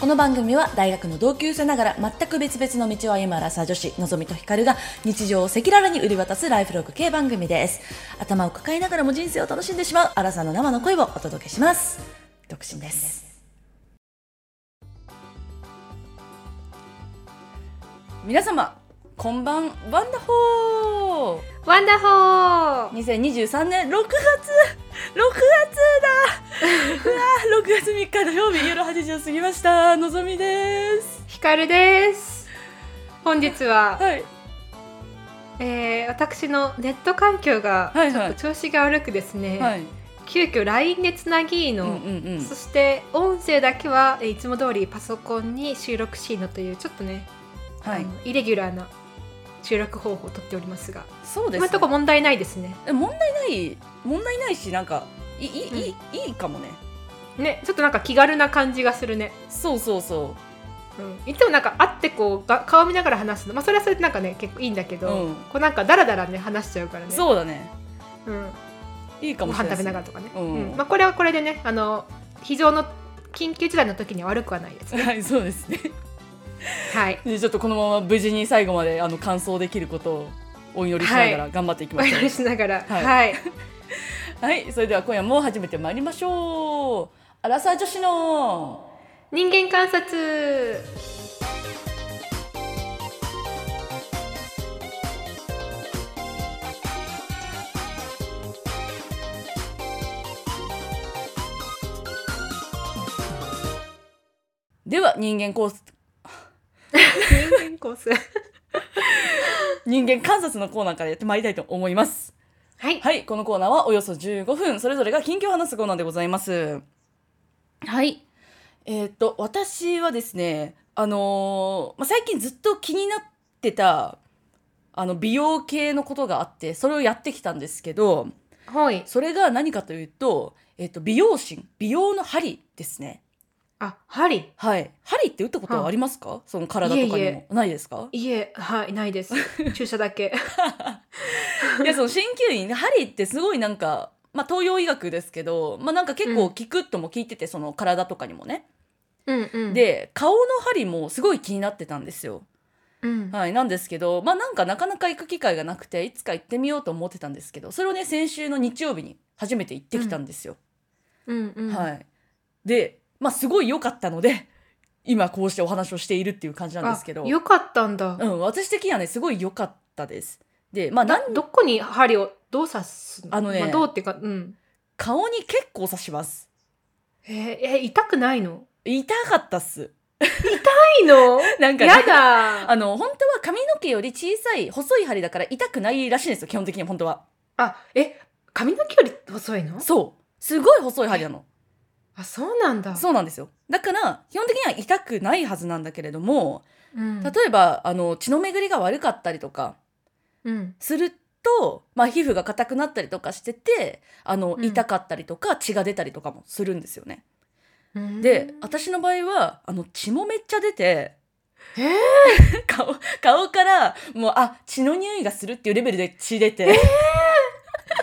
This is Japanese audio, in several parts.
この番組は大学の同級生ながら全く別々の道を歩むアラサー女子のぞみとひかるが日常を赤裸々に売り渡すライフログ系番組です頭を抱えながらも人生を楽しんでしまうアラサーの生の声をお届けします独身です皆様こんばんワンダホーワンダホー2023年6月6月だうわ6月3日土曜日夜8時を過ぎましたのぞみですヒカルです本日は、はいえー私のネット環境がはいはいちょっと調子が悪くですね、はい急遽 LINE でつなぎうの、んうんうんそして音声だけはえーいつも通りパソコンに収録しのというちょっとね、はあいのイレギュラーな収録方法をとっておりますがそうです今のとこ問題ないですねえ問題ない問題ないしなんかいいいいいいかもねねちょっとなんか気軽な感じがするね、そうそうそうん、いつもなんか会ってこうが顔見ながら話すのまあそれはそれでなんかね結構いいんだけど、うんこうなんかダラダラね話しちゃうからうねそうだねうん、いいかごもしれないで飯食すべながらとかね、うんまあ、これはこれでねあの非常の緊急事態の時には悪くはないです ねはいそうです ねはいでちょっとこのまま無事に最後まであの完走できることをお祈りしなが はら頑張っていきまおしょう祈りしながらははいい、はい、それでは今夜も始めてまいりましょう。アラサー女子の。人間観察では人間コース、人間コ ース人間観察のコーナーからやってまいりたいと思います。はいはい、このコーナーはおよそ15分、それぞれが近況を話すコーナーでございます。はい。えーっと、私はですね、あのーまあ、最近ずっと気になってた、あの、美容系のことがあって、それをやってきたんですけど、はいそれが何かというと、えーっと、美容針、美容の針ですね。あ針はい。針って打ったことはありますか、その体とかにも。いえいえないですかいえはいないです注射だけ いや、その鍼灸院、針ってすごいなんか、まあ東洋医学ですけど、まあなんか結構うん効くとも聞いてて、その体とかにもね。うんうん、で、顔の針もすごい気になってたんですよ。うん、はい。なんですけど、まあなんかなかなか行く機会がなくて、いつか行ってみようと思ってたんですけど、それをね、先週の日曜日に初めて行ってきたんですよ。うんうんはい。で、まあすごい良かったので、 今こうしてお話をしているっていう感じなんですけどあ。よかったんだ、うん、私的にはね、すごい良かったです。で、まあ、なんなどこに針をどう刺すのあのねまあ、どうっていうかうん顔に結構刺します。えーえー痛くないの痛かったっす。 ないのなんか、やだあの、本当は髪の毛より小さい、細い針だから痛くないらしいんですよ、基本的には本当は。あ、え、髪の毛より細いのそう。すごい細い針なの。あ、そうなんだ。そうなんですよ。だから、基本的には痛くないはずなんだけれども、うん。例えば、あの、血の巡りが悪かったりとかうん。すると、まあ、皮膚が硬くなったりとかしてて、あの、うん痛かったりとか、血が出たりとかもするんですよね。うんで、私の場合は、あの、血もめっちゃ出て、えー顔顔からもうあ血の匂いがするっていうレベルで血出て、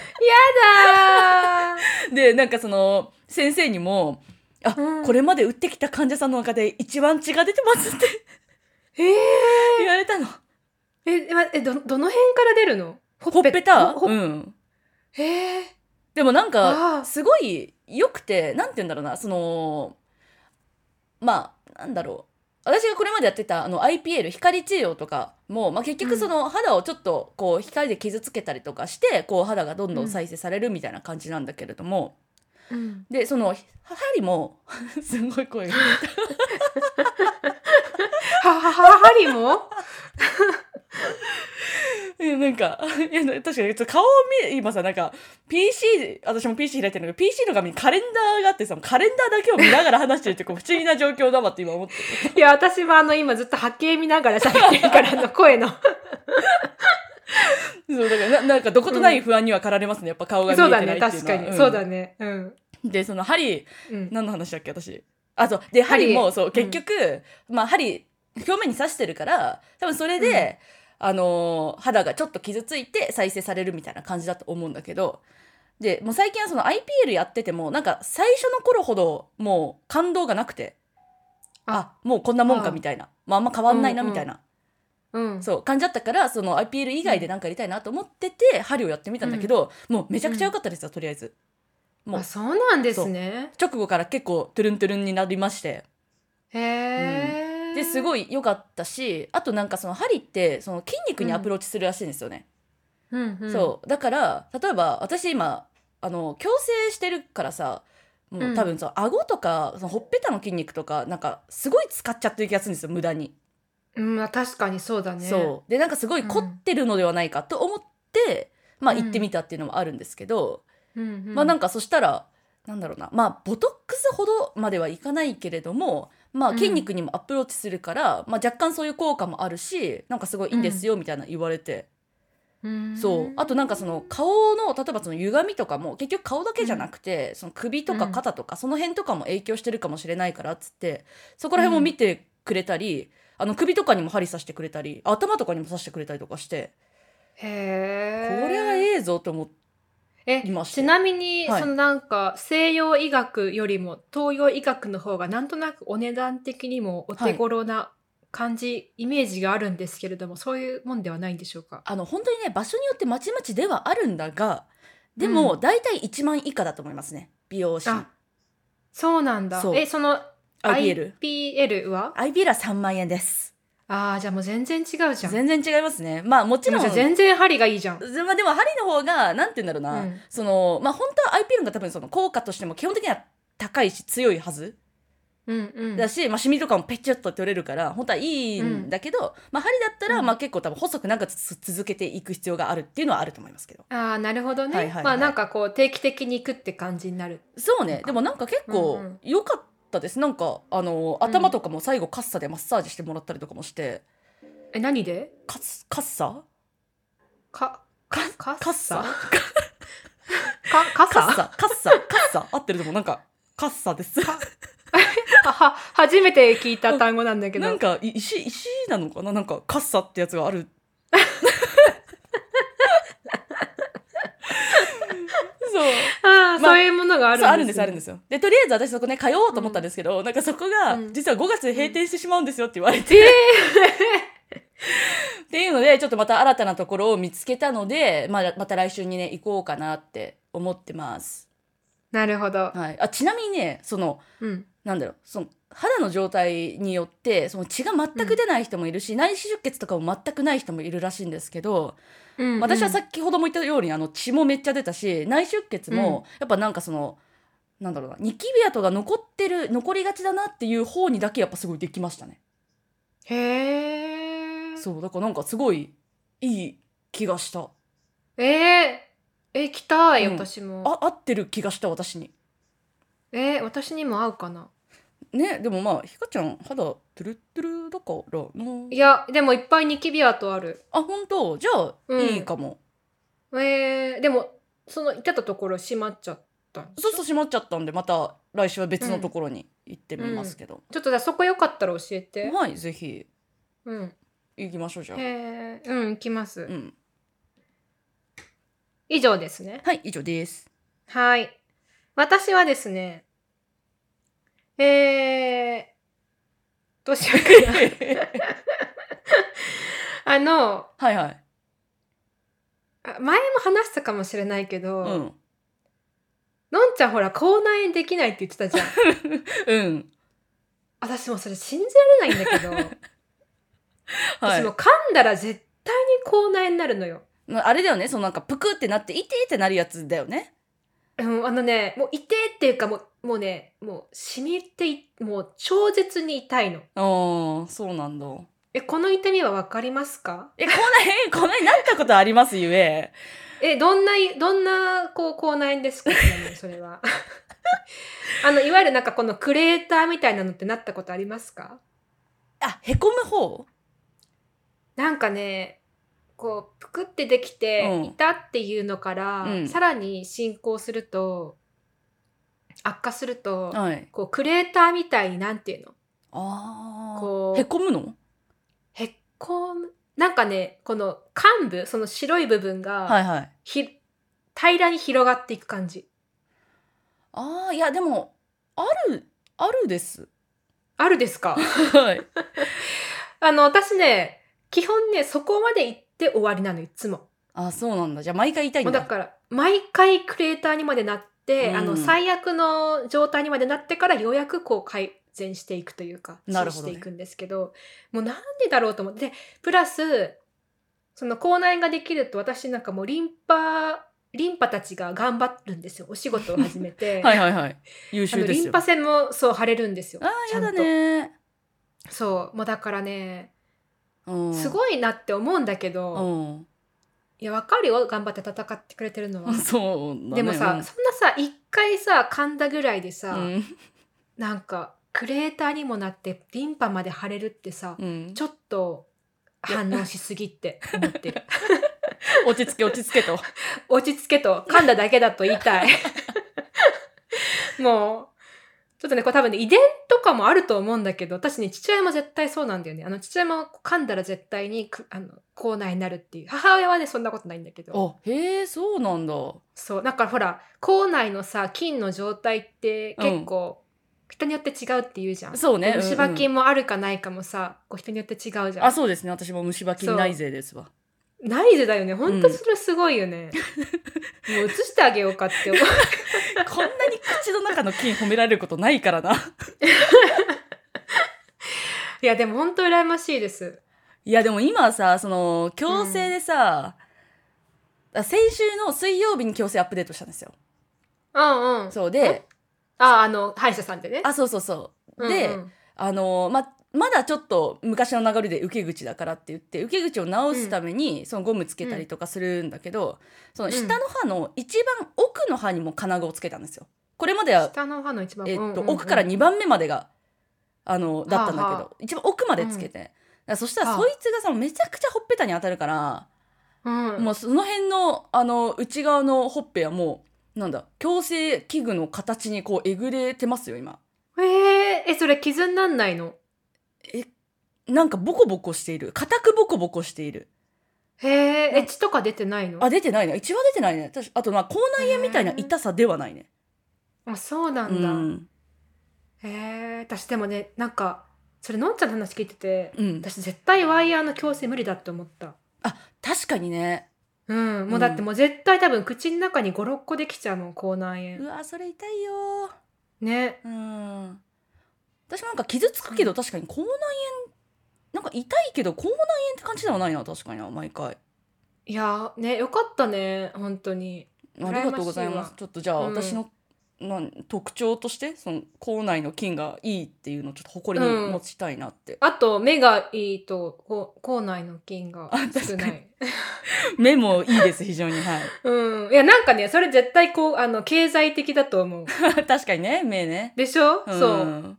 やだでなんかその先生にも「あ、うんこれまで打ってきた患者さんの中で一番血が出てます」って ー。え言われたの。ー、え、ま、え、ど、どの辺から出るのほっぺた、ほうっん、ぺえー。でもなんあかーすごい良くてなんて言うんだろうなそのまあなんだろう私がこれまでやってたあの IPL 光治療とかも、まあ、結局その肌をちょっとこう光で傷つけたりとかしてこう肌がどんどん再生されるみたいな感じなんだけれども、うん。でその針も すごい声がは、は、は、針もえなんか いや確かにちょっと顔を見今さなんか PC 私も PC 開いてるんだけど PC の画面にカレンダーがあってさカレンダーだけを見ながら話してるってこう不思議な状況だわって今思っていや、私もあの、今ずっと波形見ながら喋ってるから、あの、声の。そうだからななんかどことない不安には駆られますねやっぱ顔が見えそうてなだいっていね、うのは確かに。んそうだね。うん。でその針うん。何の話だっけ私あそうで針針もそううん結局、まあ針表面に刺してるから多分それで、あのー肌がちょっと傷ついて再生されるみたいな感じだと思うんだけどでもう最近はその IPL やっててもなんか最初の頃ほどもう感動がなくてあもうこんなもんかみたいなまああんま変わんないなうんうみんたいな、うんそう感じだったからその IPL 以外で何かやりたいなと思ってて針をやってみたんだけど、もうめちゃくちゃ良かったですよ、とりあえずもうあそうなんですね直後から結構トゥルントゥルンになりましてへえ、ですい、ごい良かったしあとなんかその針ってその筋肉にアプローチするらしいんですよね、うんうん、そうだから例えば私今あの矯正してるからさもううん多分その顎とかそのほっぺたの筋肉とかなんかすごい使っちゃってる気がするんですよ無駄に、うん、まあ確かにそうだねそうでなんかすごい凝ってるのではないかと思って、まあ行ってみたっていうのもあるんですけど、う、うんうん、まあなんかかそしたらなんだろうなまあボトックスほどまではいかないけれどもまうあん筋肉にもアプローチするから、まあ若干そういう効果もあるしなんかすごいいいんですよみたいな言われて、そうあとなんかその顔の例えばその歪みとかも結局顔だけじゃなくて、その首とか肩とか、その辺とかも影響してるかもしれないからっつってそこら辺も見てくれたり、あの首とかにも針刺してくれたり頭とかにも刺してくれたりとかして、へえこりゃええぞと思ってえいましてちなみに、はいそのなんか西洋医学よりも東洋医学の方がなんとなくお値段的にもお手頃な感じ、イメージがあるんですけれどもそういうもんではないんでしょうかあの本当にね場所によってまちまちではあるんだがでもう大体1万以下だと思いますね美容師あそうなんだそうえその IPL IPL は IPL は3万円ですああじゃあもう全然違うじゃん全然違いますねまあもちろんじゃあ全然針がいいじゃんまあ、でも針の方がなんて言うんだろうな、うんそのまあ本当は IPL が多分その効果としても基本的には高いし強いはずうんうんだし、まあ、シミとかもペチュッと取れるから本当はいいんだけど、まあ、針だったら、うんまあ、結構多分細くなんかつ続けていく必要があるっていうのはあると思いますけどああなるほどね、はいはいはいまあなんかこう定期的に行くって感じになるそうなんねかでもなんか結構うんうん良かったです、なんかあの頭とかも最後カッサでマッサージしてもらったりとかもして、え何でカッカッサかかかカッサかカかさッサカッサカッサ合ってると思うなんかカッサですかあは初めて聞いた単語なんだけどなんかい石石なのかななんかカッサってやつがあ るそうあまあー、そういうものがあるそうあるんですあるんですすよでとりあえず私そこね通おうと思ったんですけど、なんかそこが、うん実は5月で閉店してしまうんですよって言われて、ね。 っていうのでちょっとまた新たなところを見つけたので、まあ、また来週にね行こうかなって思ってます、なるほど。はい、あちなみにねそのうん。なんだろうその肌の状態によってその血が全く出ない人もいるし、内視出血とかも全くない人もいるらしいんですけど、うん私は先ほども言ったようにあの血もめっちゃ出たし内出血もやっぱなんかその、なんだろうなニキビ跡が残ってる残りがちだなっていう方にだけやっぱすごいできましたね。うんへえ。そうだからなんかすごいいい気がしたえー、え、行きたい、うん私も。あ合ってる気がした私に。えー、私にも合うかな。ねでもまあひかちゃん肌トゥルットゥルだからないや、でもいっぱいニキビ跡ある。あ本当じゃあ、うんいいかも。えー、でも、その行ってたところ閉まっちゃった。そうそう閉まっちゃったんでまた来週は別のところに行ってみますけど、ちょっとじゃあそこよかったら教えて。はいぜひうん。行きましょうじゃあ、へえ、うん、行きます。うん、以上ですね。はい以上 ですはい。私はですね、えー、どうしよう かな。あの、はいはいあ前も話したかもしれないけど、うんのんちゃんほら、口内炎できないって言ってたじゃん。 うん私もうそれ信じられないんだけ ど、は私いもう噛んだら絶対に口内炎になるのよ。あれだよねそのなんかプクってなっていてってなるやつだよねうん、あのね、もう痛えっていうか、もうもうね、もう染みてい、もう超絶に痛いの。ああそうなんだえ、この痛みはわかりますかえこんな こんなになったことありますゆええ、どんな、どんな、こう、口内 炎ですかちなみにそれは。あの、いわゆるなんかこのクレーターみたいなのってなったことありますかあへこむ方なんかね、こう、ぷくってできうてん、いたっていうのから、うんさらに進行すると、悪化すると、はいこう、クレーターみたいになんていうのあこあうへこむのへっこむ、なんかね、この幹部、その白い部分はが、いはいひ平らに広がっていく感じ。ああいやでもあるあるですあるですかはい。あの、私ね、基本ね、そこまで行って終わりなの、いつも。あ、そうなんだ。じゃあ毎回痛いもんうだだ。から、毎回クレーターにまでなって、うんあの、最悪の状態にまでなってから、ようやくこう改善していくというか、なるほどねしていくんですけど、もうなんでだろうと思って、でプラス、その口内炎ができると、私なんかもうリンパ、リンパたちが頑張るんですよ。お仕事を始め て。はいはいはい。優あ秀のでリすンよ。パ腺もそう腫れるんですよ。あーちゃやんとだね。そう。もうだからね、うん。すごいなって思うんだけど、うん。いや、わかるよ。頑張って戦ってくれてるのは。そうだね。でもさ、うんそんなさ、一回さ、噛んだぐらいでさ、うんなんか、クレーターにもなって、リンパまで腫れるってさ、うんちょっと反応しすぎって思ってる。 落ち着け落ち着けと。落ち着けと、噛んだだけだと言いたい。 もう、ちょっとね、これ多分ね、遺伝とかもあると思うんだけど、私ね、父親も絶対そうなんだよね。あの、父親も噛んだら絶対にく、あの、口内になるっていう。母親はね、そんなことないんだけど。 あ、へえ、そうなんだ。うそう。だからほら、口内のさ、菌の状態って結構、人によって違うって言うじゃん。そうねでうんうん虫歯菌もあるかないかもさ、こう人によって違うじゃん。あ、そうですね。私も虫歯菌ないぜですわ。ないでだよね。ほんとそれすごいよね。もう移してあげようかって 思う。こんなに口の中の菌褒められることないからな。 いや、でもほんと羨ましいです。いやでも今さその強制でさ、あ先週の水曜日に強制アップデートしたんですよ。うんうん。そうであ、あの、歯医者さんでね。あそうそうそう。うんうんで、あのままだちょっと昔の流れで受け口だからって言って受け口を直すために、そのゴムつけたりとかするんだけど、その下の歯の一番奥の歯にも金具をつけたんですよ。これまでは、下の歯の一番、えっとうんうんうん奥から2番目までがあのだったんだけど、はあは一番奥までつけて、だからそしたらはあそいつがさめちゃくちゃほっぺたに当たるから。うん。もうその辺のあの内側のほっぺはもうなんだ矯正器具の形にこうえぐれてますよ今えー、え、それ傷になんないのえなんかボコボコしている硬くボコボコしているへえなー、え、血とか出てないのあ出てないね一番出てないね確かあとまあ口内炎みたいなへー痛さではないねあ、そうなうんだ。んへえ私でもねなんかそれのんちゃんの話聞いてて、うん私絶対ワイヤーの矯正無理だって思ったあ確かにねうんもうだってもう絶対多分口の中に56個できちゃうもん口内う炎わそれ痛いよねうん私もなんか傷つくけど確かに口内炎なんか痛いけど口内炎って感じではないな確かにな毎回いやーねよかったね本当にありがとうござい羨まましいす。ちょっとじゃあ、うん私のなん特徴としてその口内の菌がいいっていうのをちょっと誇りにうん持ちたいなって、あと目がいいとこ口内の菌があ確かに少ない目もいいです非常にはい うんいやなんかねそれ絶対こうあの経済的だと思う確かにね目ね、でしんょ、そう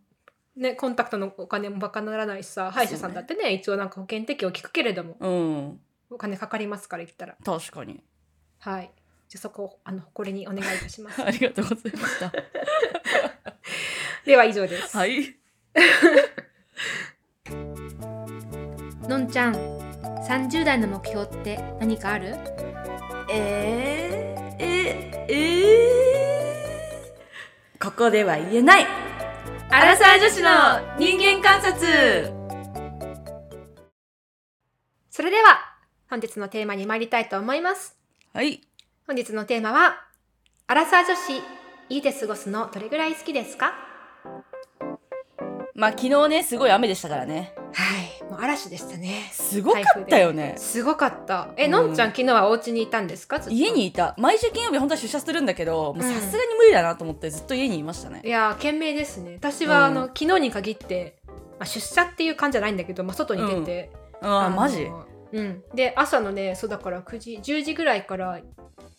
ねコンタクトのお金もバカならないしさ歯医者さんだってね一応なんか保険適用聞くけれどもうんお金かかりますから言ったら確かにはい。じゃあそこをあの誇りにお願いいたしま す。 ありがとうございましたでは以上で す。はいのんちゃん、三十代の目標って何かある？えー、ええここでは言えないアラサー女子の人間観察それでは本日のテーマに参りたいと思います。はい本日のテーマはアラサー女子家で過ごすのどれぐらい好きですか？まあ昨日ねすごい雨でしたからねはい、もう嵐でしたね。すごかったよねすごかった。え、うんのんちゃん昨日はお家にいたんですか？ずっと家。にいた毎週金曜日本当は出社するんだけどもううんさすがに無理だなと思ってずっと家にいましたねい、やー賢明ですね。私うは、んあの昨日に限って、まあ、出社っていう感じじゃないんだけど、まあ、外に出て。ああのマジうんで朝のねそうだから9時10時ぐらいから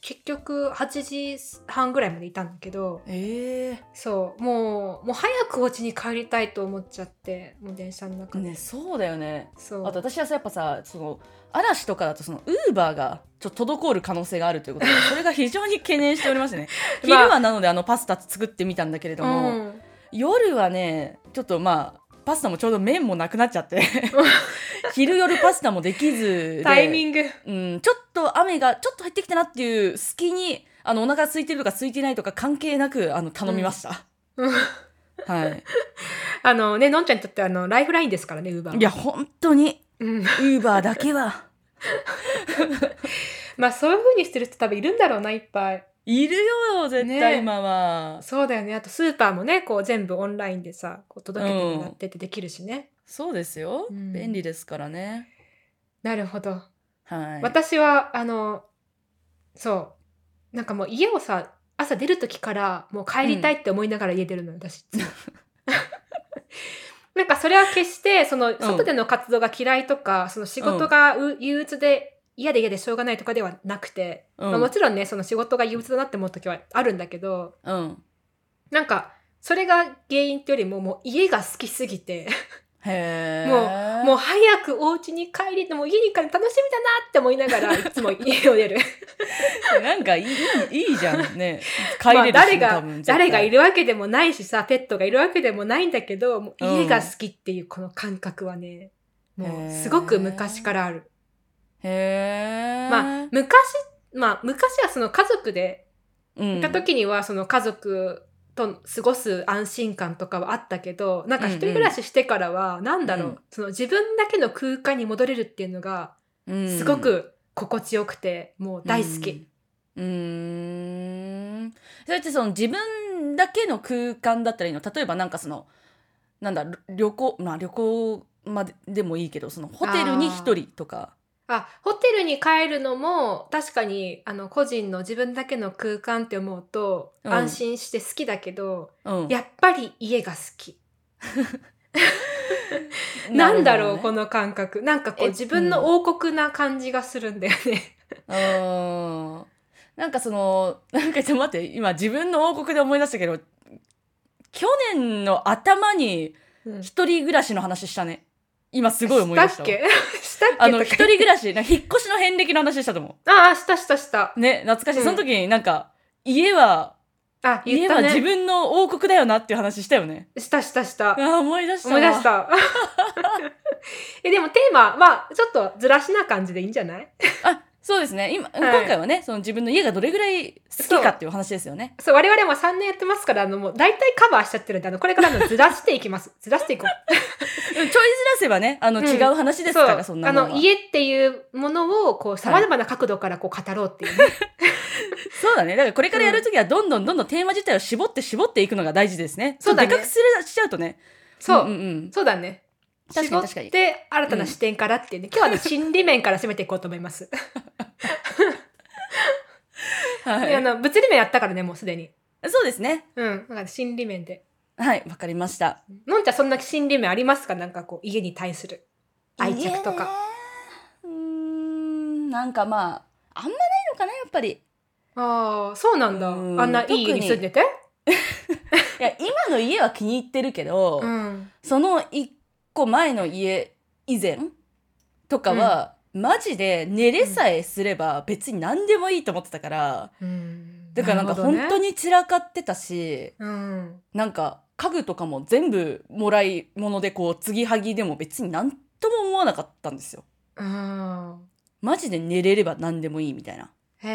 結局8時半ぐらいまでいたんだけどえそうもうもう早くお家に帰りたいと思っちゃってもう電車のえ中で、ねそうだよねそうあと私はさやっぱさその嵐とかだとそのウーバーがちょっと滞る可能性があるという ことでそれが非常に懸念しておりましてね昼まあはなのであのパスタ作ってみたんだけれども、うん夜はねちょっとまあパスタもちょうど麺もなくなっちゃって 昼夜パスタもできずでタイミングうん、ちょっと雨がちょっと入ってきたなっていう隙にあのお腹空いてるとか空いてないとか関係なくあの頼みました、うんはい。あのね、のんちゃんにとってあのライフラインですからね、ウーバー。いや、本当に、うん、ウーバーだけは。まあそういう風にしてる人多分いるんだろうな、いっぱい。いるよ、絶ね対今は。そうだよね。あとスーパーもね、こう全部オンラインでさ、こう届けてもらっててできるしね。そうですよ。うん便利ですからね。なるほど。はい。私は、あの、そう。なんかもう家をさ、朝出る時からもう帰りたいって思いながら家出るのよ、私。 なんかそれは決して、その、外での活動が嫌いとか、その仕事がう憂鬱で、嫌で嫌でしょうがないとかではなくて、うんまあもちろんね、その仕事が憂鬱だなって思う時はあるんだけど、うん。なんか、それが原因ってよりも、もう家が好きすぎて、へえ。もう早くお家に帰りて、もう家に帰るの楽しみだなって思いながら、いつも家を出る。なんかいい、いいじゃんね。帰 まれあるし、誰多が分、絶対誰がいるわけでもないしさ、ペットがいるわけでもないんだけど、もううん家が好きっていうこの感覚はね、もへうーすごく昔からある。へえ。まあ、昔、まあ、昔はその家族でうん、いた時には、その家族と過ごす安心感とかはあったけど、なんか一人暮らししてからは、なんだろう、うんその自分だけの空間に戻れるっていうのが、うんすごく心地よくて、もう大好き。。うん。うーんそれってその自分だけの空間だったらいいの例えばなんかそのなんだ旅旅行まあ旅行まででもいいけどそのホテルに一人とか。あ、ホテルに帰るのも、確かに、あの、個人の自分だけの空間って思うと、うん安心して好きだけど、うん、やっぱり家が好き。なんだろう、この。の感覚。なんかこう、え自分の王国な感じがするんだよね。うんなんかそのなんかちょっと待って今自分の王国で思い出したけど去年の頭に うん一人暮らしの話したね今すごい思い出したしたわっけ したっけあのと一か人暮らしなんか引っ越しの遍歴の話したと思うああ、したしたした。ね、懐かしい。うんその時になんか、家は、あ、言家ったは自ね。分の王国だよなっていう話したよね。したしたしたあ。あ、思い出した。思い出し。た。 え、でもテーマ、まあ、ちょっとずらしな感じでいいんじゃないあ、そうですね。今、はい今回はね、その自分の家がどれぐらい好きかっていう話ですよね。そう、我々も3年やってますから、あの、もう大体カバーしちゃってるんで、あの、これからのずらしていき ます。ずらしていこう。うんちょいずらせばね、あの、うん違う話ですから、そんなあものはの、家っていうものを、こう、様々な角度からこう語ろうっていうね。そうだね。だからこれからやるときは、どんどんどんどんテーマ自体を絞って絞っていくのが大事ですね。そうだねでかくするしちゃうとね。そう、うんうんそうだね。確かに確かに絞って新たな視点からっていうね、今日はあの心理面から攻めていこうと思います。うん。はであい。の物理面やったからね、もうすでに。そうですね。うん。なんか心理面で。はい、わかりました。のんちゃん、そんな心理面ありますかなんかこう、家に対する愛着と家か。ね。うーん、なんかまあ、あんまないのかな、やっぱり。ああ、そうなんだ。うんあんないい家に住んでて。いや今の家は気に入ってるけど、うん。その一個前の家以前とかは、マジで寝れさえすれば別に何でもいいと思ってたから、うんだからなんか本るほ当どねに散らかってたしうん。なんか家具とかも全部もらい物でこう継ぎはぎでも別に何とも思わなかったんですよ。うんマジで寝れれば何でもいいみたいな。へ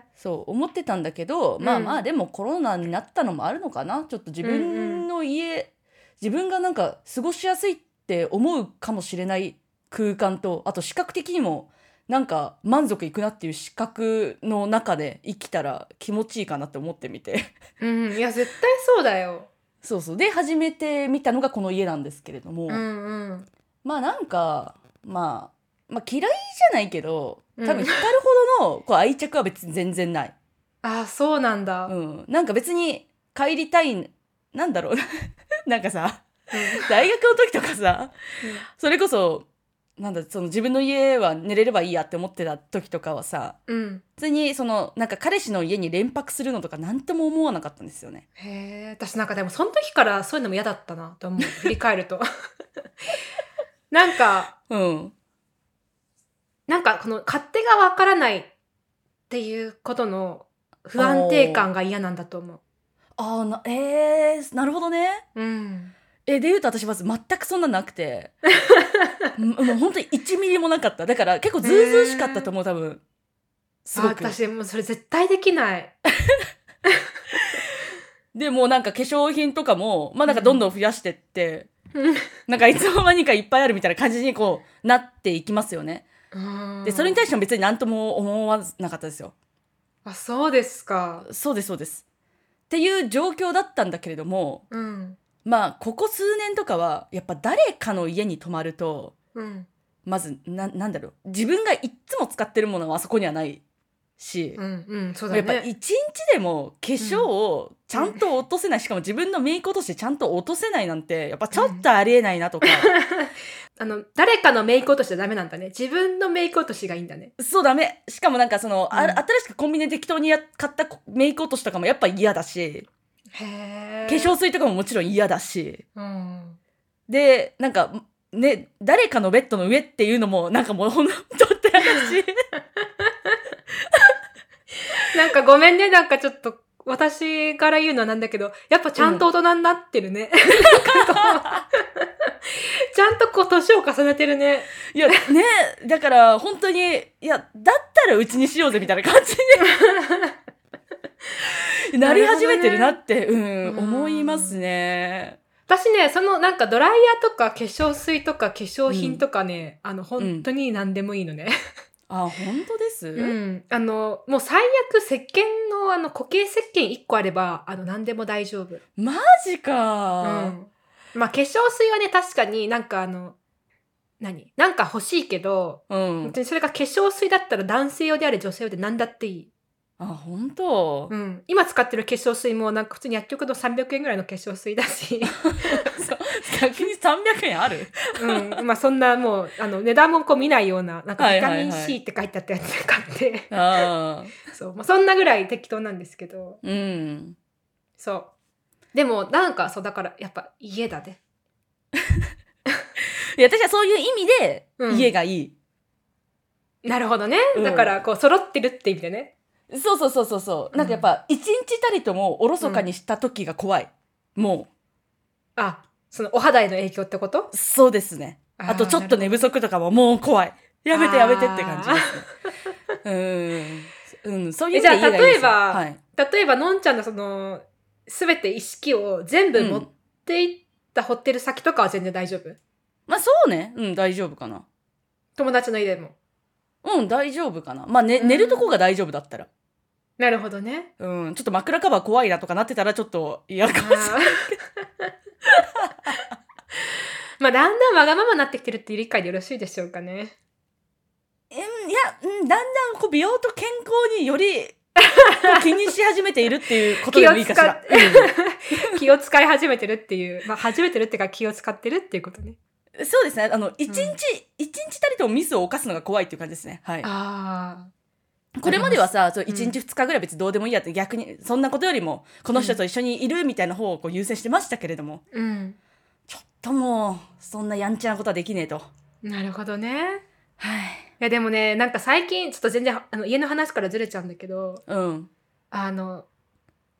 え。そう思ってたんだけど、まあまうあんでもコロナになったのもあるのかなちょっと自分の家、自分がなんか過ごしやすいって思うかもしれない空間とあと視覚的にもなんか満足いくなっていう視覚の中で生きたら気持ちいいかなって思ってみて うん、いや、絶対そうだよ。そうそうで初めて見たのがこの家なんですけれども、うんうん。まあなんか、まあ、まあ嫌いじゃないけど多う分ん光るほどのこう愛着は別に全然ない。ああ、そうなんだ。うんうん、なんか別に帰りたいなんだろう なんかさ大学の時とかさそれこそなんだその自分の家は寝れればいいやって思ってた時とかはさうん。普通にそのなんか彼氏の家に連泊するのとか何とも思わなかったんですよね。へえ、私なんかでも、その時からそういうのも嫌だったなと思う。振り返ると。 なんか、うん、なんかこの勝手がわからないっていうことの不安定感が嫌なんだと思あーなえー、なるほどね。う。うん。えで言うと私は全くそんななくて もう本当に1ミリもなかっただから結構ズうずうしかったと思う多分すあごく私もうそれ絶対できない。でもうなんか化粧品とかもまあなんかどんどん増やしてって、うんなんかいつの間にかいっぱいあるみたいな感じにこうなっていきますよね。うんでそれに対しても別に何とも思わなかったですよ。あそうですか。そうですそうです。っていう状況だったんだけれどもうんまあここ数年とかはやっぱ誰かの家に泊まるとうんまずななんだろう自分がいっつも使ってるものはあそこにはないし。うんうんそうだやっぱね。一日でも化粧をちゃんと落とせない、しかも自分のメイク落としてちゃんと落とせないなんてやっぱちょっとありえないなとか、あの誰かのメイク落としじゃダメなんだね。自分のメイク落としがいいんだね。そうダメしかもなんかその、あうん新しくコンビニで適当にや買ったメイク落としとかもやっぱ嫌だしへ化え。粧水とかももちろん嫌だしうん。でなんかね誰かのベッドの上っていうのもなんかもうほんとってやだしなんかごめんねなんかちょっと私から言うのはなんだけどやっぱちゃんと大人になってる ね。なんかこうちゃんとこう年を重ねてるね。いやねだから本当にいやだったらうちにしようぜみたいな感じ になり始めてるなってうんうん思いますね。私ね、そのなんかドライヤーとか化粧水とか化粧品とかね、あの本当に何でもいいのね。あ本当です、うん。 あの、もう最悪石鹸のあの固形石鹸1個あれば、あの何でも大丈夫。マジうか、ん。まあ化粧水はね、確かになんかあの、何なんか欲しいけど、うん本当にそれが化粧水だったら男性用であれ女性用で何だっていい。あ本当、うん。今使ってる化粧水もなんか普通に薬局の300円ぐらいの化粧水 だし、逆に300円あるうん。まあそんなもう、あの値段もこう見ないような、なんかはいビはいタはいミン C って書いてあったやつ買って、 ああそう。まあそんなぐらい適当なんですけど。うんそう。でも、なんか、そう、だから、やっぱ、家だね。いや私はそういう意味でうん家がいい、なるほどね。うんだから、こう、揃ってるって意味でね。そうそうそうそうそうなんかやっぱ一日たりともおろそかにした時が怖い、もあ、その、お肌への影響ってことうそうですねーあとちょっと寝不足とかももう怖いやめてやめてって感じですねうん、うん、そういう意味で家がいいですよえじゃあは例い、例えば、のんちゃんのその、すべて意識を全部持っていったホテル先とかは全然大丈夫。まあそうねうん大丈夫かな友達の家でも。うん大丈夫かなまあ、ね、寝るとこが大丈夫だったらなるほどね。うん、ちょっと枕カバー怖いなとかなってたらちょっと嫌かもしれない。あー まあ、だんだんわがままになってきてるっていう理解でよろしいでしょうかね。 うんいや、うん、だんだんこう美容と健康によ りこう気にし始めているっていうことでもいいかしら。気を使い始めてるっていう、まあ、始めてるっていうか気を使ってるっていうことね。うんそうですね。あの、一日、一、日たりともミスを犯すのが怖いっていう感じですね。はい。あこれまではさ、そううん一日二日ぐらい別にどうでもいいやって逆に、そんなことよりも、この人と一緒にいるみたいな方をこう優先してましたけれども、あ、うん。ちょっともう、そんなやんちゃなことはできねえと。なるほどね。はい。いやでもね、なんか最近ちょっと全然あの家の話からずれちゃうんだけど、うん。あの、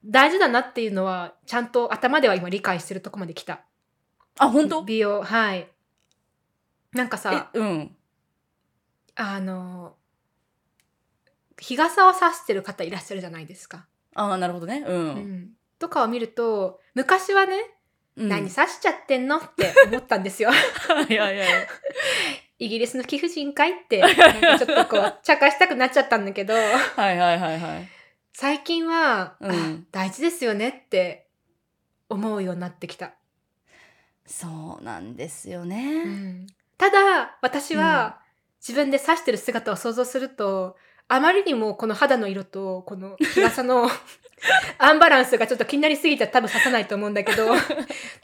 大事だなっていうのはちゃんと頭では今理解してるとこまで来た。あ、本当美容、はい。なんかえさ、、うん。あの、日傘を差してる方いらっしゃるじゃないですか。ああ、なるほどね。う。うんん。とかを見ると、昔はね、うん、何差しちゃってんのって思ったんですよ。 いやいやいや。イギリスの貴婦人 会って、なんかちょっとこう、茶化したくなっちゃったんだけど、はいはいはいはい。最近は、うんあ大事ですよねって思うようになってきた。そうなんですようね。んただ、私は、自分で刺してる姿を想像すると、あまりにもこの肌の色と、この日 傘のアンバランスがちょっと気になりすぎて多分刺さないと思うんだ けど、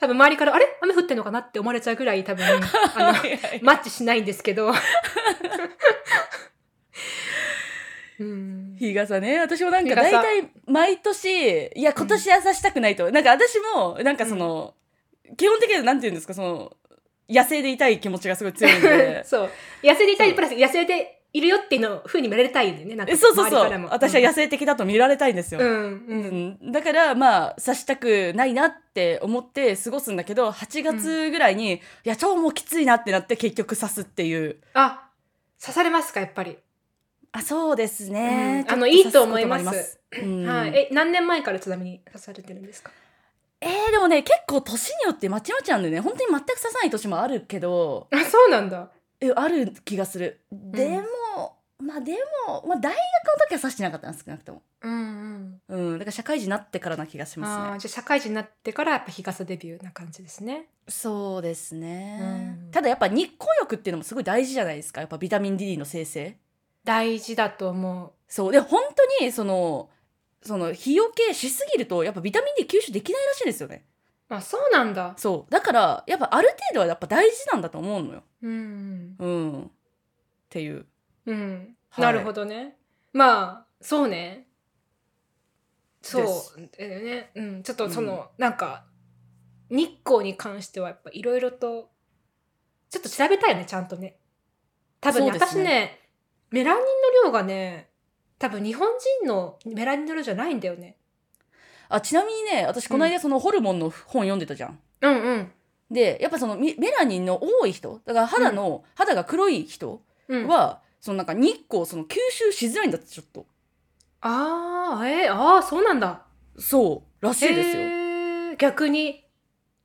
多分周りから、あれ雨降ってんのかなって思われちゃうぐらい 多分、あの、マッチしないんですけど。うん。日傘ね私もなんか日傘大体毎年いや今年はさしたくないと、なんか私もなんかその、基本的にはなんて言うんですかその野生でいたい気持ちがすごい強いんでそう。痩せていたい、プラス痩せているよっていうのを、ふうに見られたいんだよね。なんかえそうそう周りそからうも私は野生的だと見られたいんですよ、うん、ううんん、だからまあさしたくないなって思って過ごすんだけど8月ぐらいに、いや超もうきついなってなって結局刺すっていうあ、刺されますか、やっぱり。あそうですねうん、あのちょっ刺いいと思いますこともあります、うんはい。え、何年前からちなみに刺されてるんですかえー、でもね結構年によってまちまちなんでね本当に全く刺さない年もあるけどあそうなんだえある気がするでも、まあでも、まあ、大学の時は刺してなかったな少なくともうんうんうんだから社会人になってからな気がしますあねーじゃあ社会人になってからやっぱ日傘デビューな感じですねそうですね、うんただやっぱ日光浴っていうのもすごい大事じゃないですかやっぱビタミン D の生成大事だと思そうで本当にそのその日よけしすぎるとやっぱビタミン D 吸収できないらしいんですよねうあそうなんだそうだからやっぱある程度はやっぱ大事なんだと思うのようんうんっていううん、うんはいなるほどねまあそうねそうですだよねうんちょっとその、なんか日光に関してはやっぱいろいろとちょっと調べたいよねちゃんとね多分ねそうです私ねねメラニンの量がね多分日本人のメラニンの量じゃないんだよねあちなみにね私この間そのホルモンの本読んでたじゃん、うんうんでやっぱそのみメラニンの多い人だから肌の、肌が黒い人うん、は、そのなんか日光をその吸収しづらいんだってちょっとああ、えー、ああ、そうなんだ。そうらしいですよへー逆に、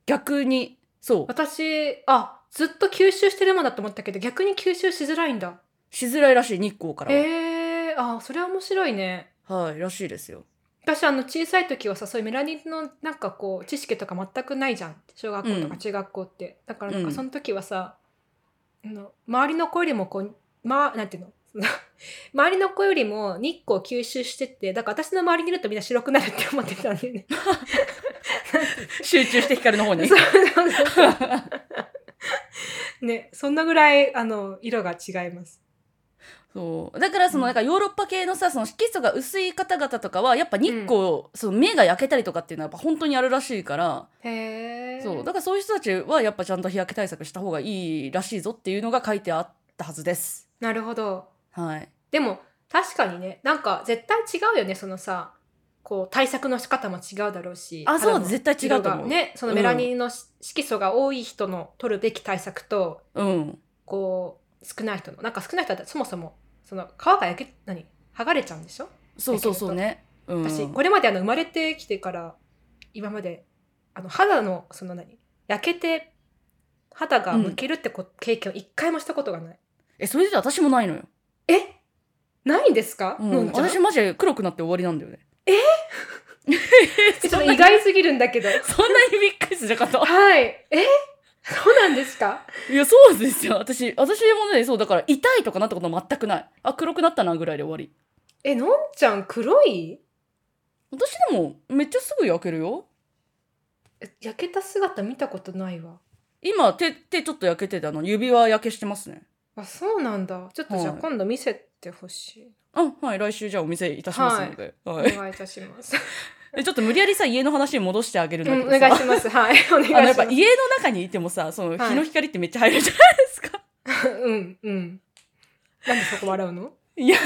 逆にそう私、あ、ずっと吸収してるもんだと思ったけど、逆に吸収しづらいんだ。しづらいらしい日光からは、えー、あーそれは面白いね。はいらしいですよ私、あの、小さい時はさ、そういうメラニンの、なんかこう、知識とか全くないじゃん。小学校とうかん中学校って。だから、なんうかんその時はさ、あの周りの子よりもこう、ま、なんていうの 周りの子よりも日光を吸収してって、だから私の周りにいるとみんな白くなるって思ってたんだよね。集中して光の方に そうそうそうね、そんなぐらい、あの、色が違 います。そうだからそのなんかヨーロッパ系のさその色素が薄い方々とかはやっぱ日光、その目が焼けたりとかっていうのはやっぱ本当にあるらしいから、へえ。そうだからそういう人たちはやっぱちゃんと日焼け対策した方がいいらしいぞっていうのが書いてあったはずです。なるほど。はい、でも、確かにね、なんか絶対違うよね、そのさ、こう、対策の仕方も違うだろうし。あそう肌の絶対違うと思う色がね、そのメラニンのし色素が多い人の取るべき対策と、うん、こう、少ない人の、なんか少ない人だったらそもそも、その、皮が焼け、何剥がれちゃうんでしょそうそうそうね。うん、私これまであの生まれてきてから今まであの肌のその何焼けて肌がむけるってこ、経験を一回もしたことがないえそれで私もないのよ。えないんですか、うんのんちゃん私マジで黒くなって終わりなんだよね。えちょっと意外すぎるんだけど そんなにびっくりするかと。はいえそうなんですか いやそうですよ。私私もねそうだから痛いとかなったことは全くない。あ黒くなったなぐらいで終わり。えのんちゃん黒い私でもめっちゃすぐ焼けるよ。え焼けた姿見たことないわ今手手ちょっと焼けててあの指輪焼けしてますねあそうなんだちょっとじゃあはい今度見せてほしい、あはい来週じゃあお見せいたしますので、はいお願いいたします でちょっと無理やりさ家の話に戻してあげるんだうけんどおさ、願いしますはいお願い しあのやまっすぱ家の中にいてもさそのはい日の光ってめっちゃ入るじゃないですか、うんうんなんでそこ笑 うの い、や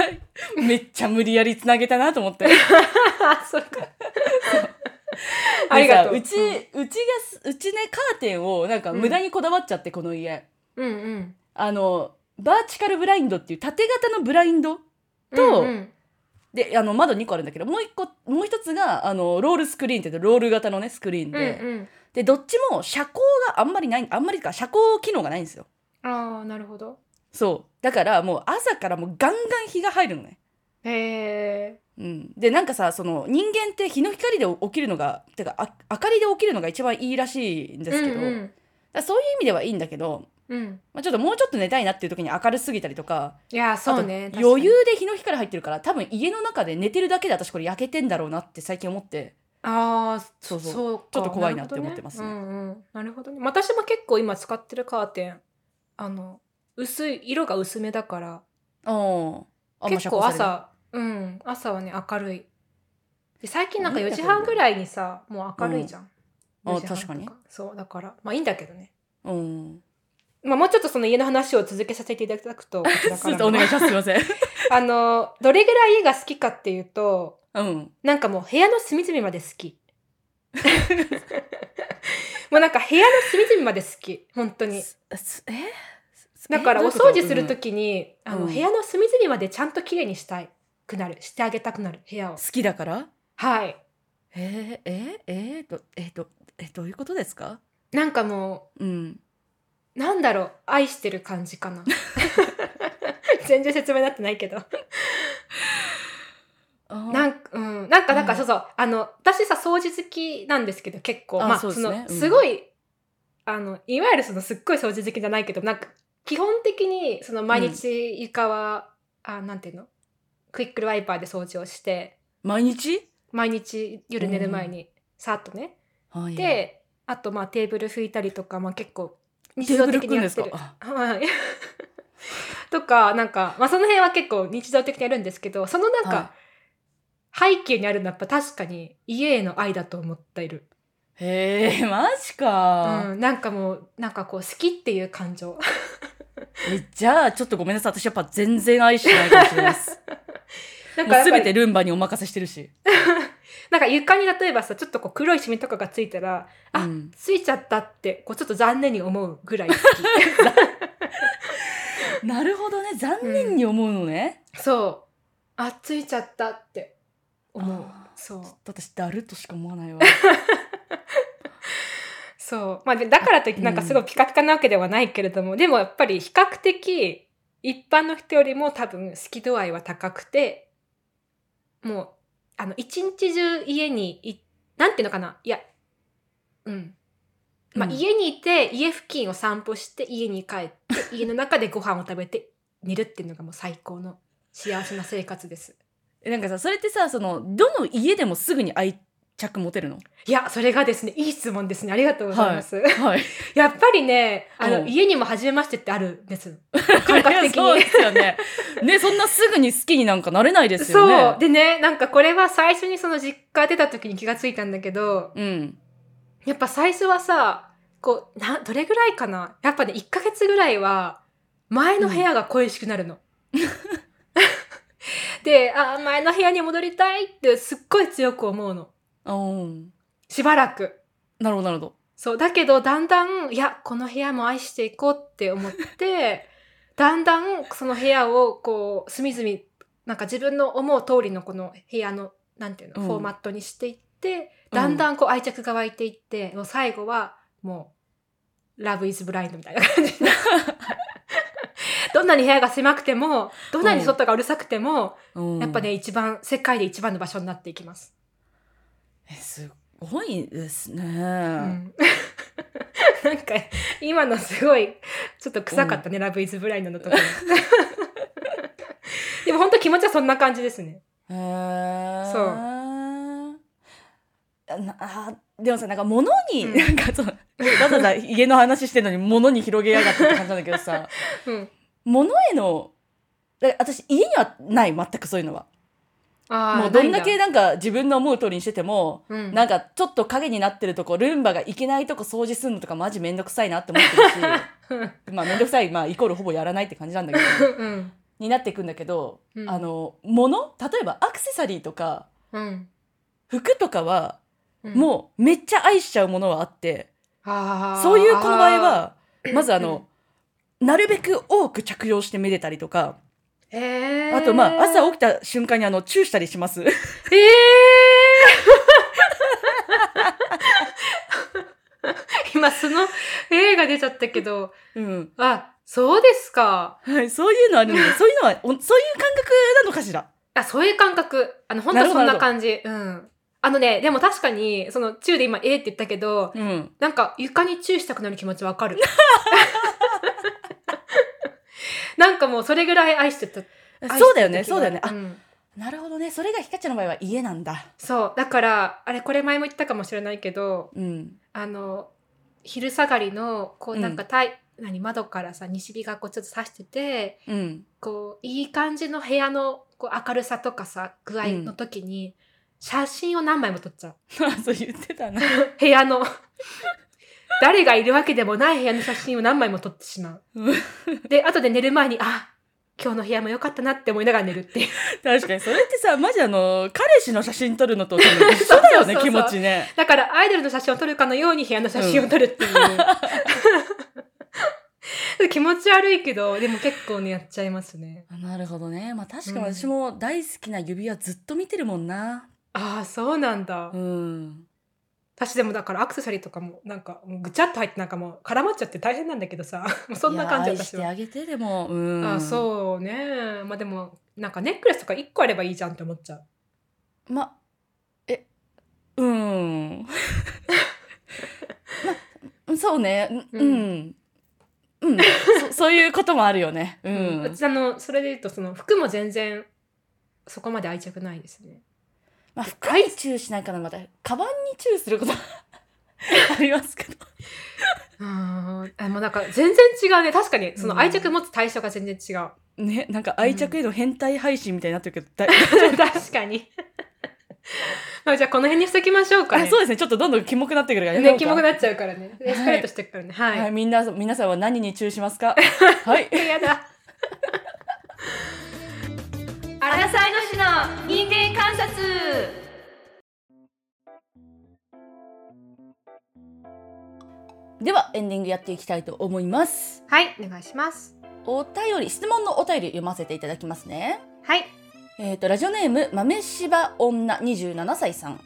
めっちゃ無理やりつなげたなと思ってあ、そうか。 ありがとう。でさうち、うちがうちねカーテンをなんか無駄にこだわっちゃってこの家、うんうんあのバーチカルブラインドっていう縦型のブラインドとうんうんであの窓2個あるんだけどもう一個もう一つがあのロールスクリーンって言ってロール型のねスクリーンで、うんうんでどっちも遮光があんまりないあんまりか遮光機能がないんですよああ、なるほど。そうだからもう朝からもうガンガン日が入るのねへえ。うん、でなんかさその人間って日の光で起きるのがてかあ明かりで起きるのが一番いいらしいんですけど、うんうだかんらそういう意味ではいいんだけど、うん。まあ、ちょっともうちょっと寝たいなっていう時に明るすぎたりとかいや、そうねあ。と余裕で日の光入ってるから多分家の中で寝てるだけで私これ焼けてんだろうなって最近思って確かに。ああ、そうそうそうかちょっと怖いなって思ってますねなるほどねうんうん。なるほどね。私も結構今使ってるカーテン、あの、薄い、色が薄めだから、うんあんま結遮構光されない朝、うん、朝はね、明るい。で最近なんかいいん4だけ時どね半ぐらいにさ、もう明るいじゃうん。んあ4時半と確かに。そう、だから、まあいいんだけどね。うんまあ、もうちょっとその家の話を続けさせていただくと、こちらすかいま せらんもお願いしますすいませんあの、どれぐらい家が好きかっていうと、うんなんかもう部屋の隅々まで好き。 もうなんか部屋の隅々まで好き。本当に。すえだからえどおうい掃うこと除するときに、うんあの、うん部屋の隅々までちゃんと綺麗にしたいくなる。してあげたくなる、部屋を好。きだからはい。えー、えー、えー、とえー、とえどういうことですかなんかもうんう、なんだろう、愛してる感じかな。 全然説明になってないけど。なあんか、うん、なんか、なんうか、んそうそう、あの、私さ、掃除好きなんですけど、結構、あまあ、そうそですねの、うんすごい、あの、いわゆるその、すっごい掃除好きじゃないけど、なんか、基本的に、その、毎日床は、あ、なんていうのクイックルワイパーで掃除をして、毎日毎日夜寝る前に、さっとね。はいで、あと、まあ、テーブル拭いたりとか、まあ、結構、テ日ー常ブル的に組んでやっすてかる。あはい。 とか、なんか、まあ、その辺は結構日常的にやるんですけど、そのなんか、は背景にあるのはやっぱ確かに家への愛だと思っている。いへえ マジうか、ん、なんかもう、なんかこう、好きっていう感情。 えじゃあちょっとごめんなさい私やっぱ全然愛してないかもしれない ですなんもかやうっぱ全りてルンバにお任せしてるし、なんか床に例えばさ、ちょっとこう黒いシミとかがついたら、あうんついちゃったって、こうちょっと残念に思うぐらい好 なるほどね残念に思うのね、き。そう。あ、ついちゃったって思うあ。そう。ちょっと私だるっとしか思わないわそう。まあ、でだからといってなんかすごいピカピカなわけではないけれども、でもやっぱり比較的一般の人よりも多分好き度合いは高くて、もう、あの、一日中家にい、なんていうのかな、いや、うん。まあ、うん家にいて、家付近を散歩して、家に帰って、 家の中でご飯を食べて寝るっていうのがもう最高の幸せな生活です。えなんかさそれってさそのどの家でもすぐに愛着持てるのいや、それがですね、いい質問ですね。ありがとうございます。 はいやっぱりね、あの、うん家にも初めましてってあるんです。感覚的に。そうですよねねそんなすぐに好きになんかなれないですよねそう。でね、なんかこれは最初にその実家出た時に気がついたんだけど、うんやっぱ最初はさ、こう、な、どれぐらいかなやっぱね、1ヶ月ぐらいは、前の部屋が恋しくなるの。 で、あー、前の部屋に戻りたいってすっごい強く思うの。あーしばらく。なるほどなるほどそう、だけど、だんだん、いや、この部屋も愛していこうって思って、 だんだん、その部屋を、こう、隅々、なんか自分の思う通りのこの部屋の、なんていうの、うんフォーマットにしていって、うんだんだん、こう、愛着が湧いていって、もう最後は、もう、ラブイズブラインドみたいな感じで。 どんなに部屋が狭くても、どんなに外がうるさくても、うんやっぱね、一番、世界で一番の場所になっていきます。えすごいですね、うん なんか今のすごいちょっと臭かったね、ラブイズブラインドのところ でも本当気持ちはそんな感じですねへーそうあなあでもさなんか物に、うんなんかそうわざわざ家の話してるのに物に広げやがってって感じなんだけど さうん物へのだから私家にはない全くそういうのはあもうどんだけなんか自分の思う通りにしててもうんなんかちょっと影になってるとこルンバがいけないとこ掃除するのとかマジめんどくさいなって思ってる しまあめんどくさい、まあ、イコールほぼやらないって感じなんだけどうんになっていくんだけど、うんあの物例えばアクセサリーとかうん服とかはうんもうめっちゃ愛しちゃうものはあって、あーそういう子の場合はまずあうんのなるべく多く着用してめでたりとかえー、あとまあ朝起起きた瞬間にあのチューしたりし ます。えー今その映画出ちゃったけどうんあそうですかはい、そういうのあるので、そういうのは、おそういう感覚なのかしら。あ、そういう感覚。あの、本な当るほどそんな感じ。うん。あのね、でも確かに、その、チューで今、えーって言ったけど、うん。なんか、床にチューしたくなる気持ちわ かる。なんかもう、それぐらい愛してた。そうだよね、愛してそうた時がだよね。うあ、んなるほどね。それがひかちゃんの場合は家なんだ。そう。だから、あれ、これ前も言ったかもしれないけど、うん。あの、昼下がりの、こう、うんなんか、たい、何、窓からさ、西日がこう、ちょっと差してて、うん。 こういい感じの部屋のこう明るさとかさ具合の時に、写真を何枚も撮っちゃうそう言ってた な。部屋の誰がいるわけでもない部屋の写真を何枚も撮ってしまうんうで後で寝る前にあ今日の部屋も良かったなって思いながら寝るっていう 確かに、それってさ、マジあの、彼氏の写真撮るのと多 分一緒だよね、そうそうそうそう気持ちね。だからアイドルの写真を撮るかのように部屋の写真を撮るっていう、気持ち悪いけどでも結構ねやっちゃいますねあなるほどね。まあ確かに私も大好きな指輪ずっと見てるもんな。ああそうなんだ、うん。私でもだからアクセサリーとかもなんかもうぐちゃっと入ってなんかもう絡まっちゃって大変なんだけどさ もうそんな感じいや愛私しては。あげてでもうんあそうねまあでもなんかネックレスとか1個あればいいじゃんって思っちゃう。まえうん まそうねうんうん、うんそ そういうこともあるよねうん、うちあのそれで言うとその服も全然そこまで愛着ないですね。まあ深いチューしないからまたカバンにチューすること ありますけどうんあもうなんか全然違うね確かにその愛着持つ対象が全然違う。ねなんか愛着への変態配信みたいになってるけど、だい 確かに。 まあじゃあこの辺にしときましょうかね。 あそうですねちょっとどんどんキモくなってくるからやめね、ようキかモくなっちゃうからね。はいエスカレートしていくからね。はい。はい、みんな皆さんは何にチューします かはいやだ。アラサイの市の人間観察。ではエンディングやっていきたいと思いますはい、お願いします。お便り質問のお便り読ませていただきますねはい。えー、とラジオネーム豆柴女27歳さん、は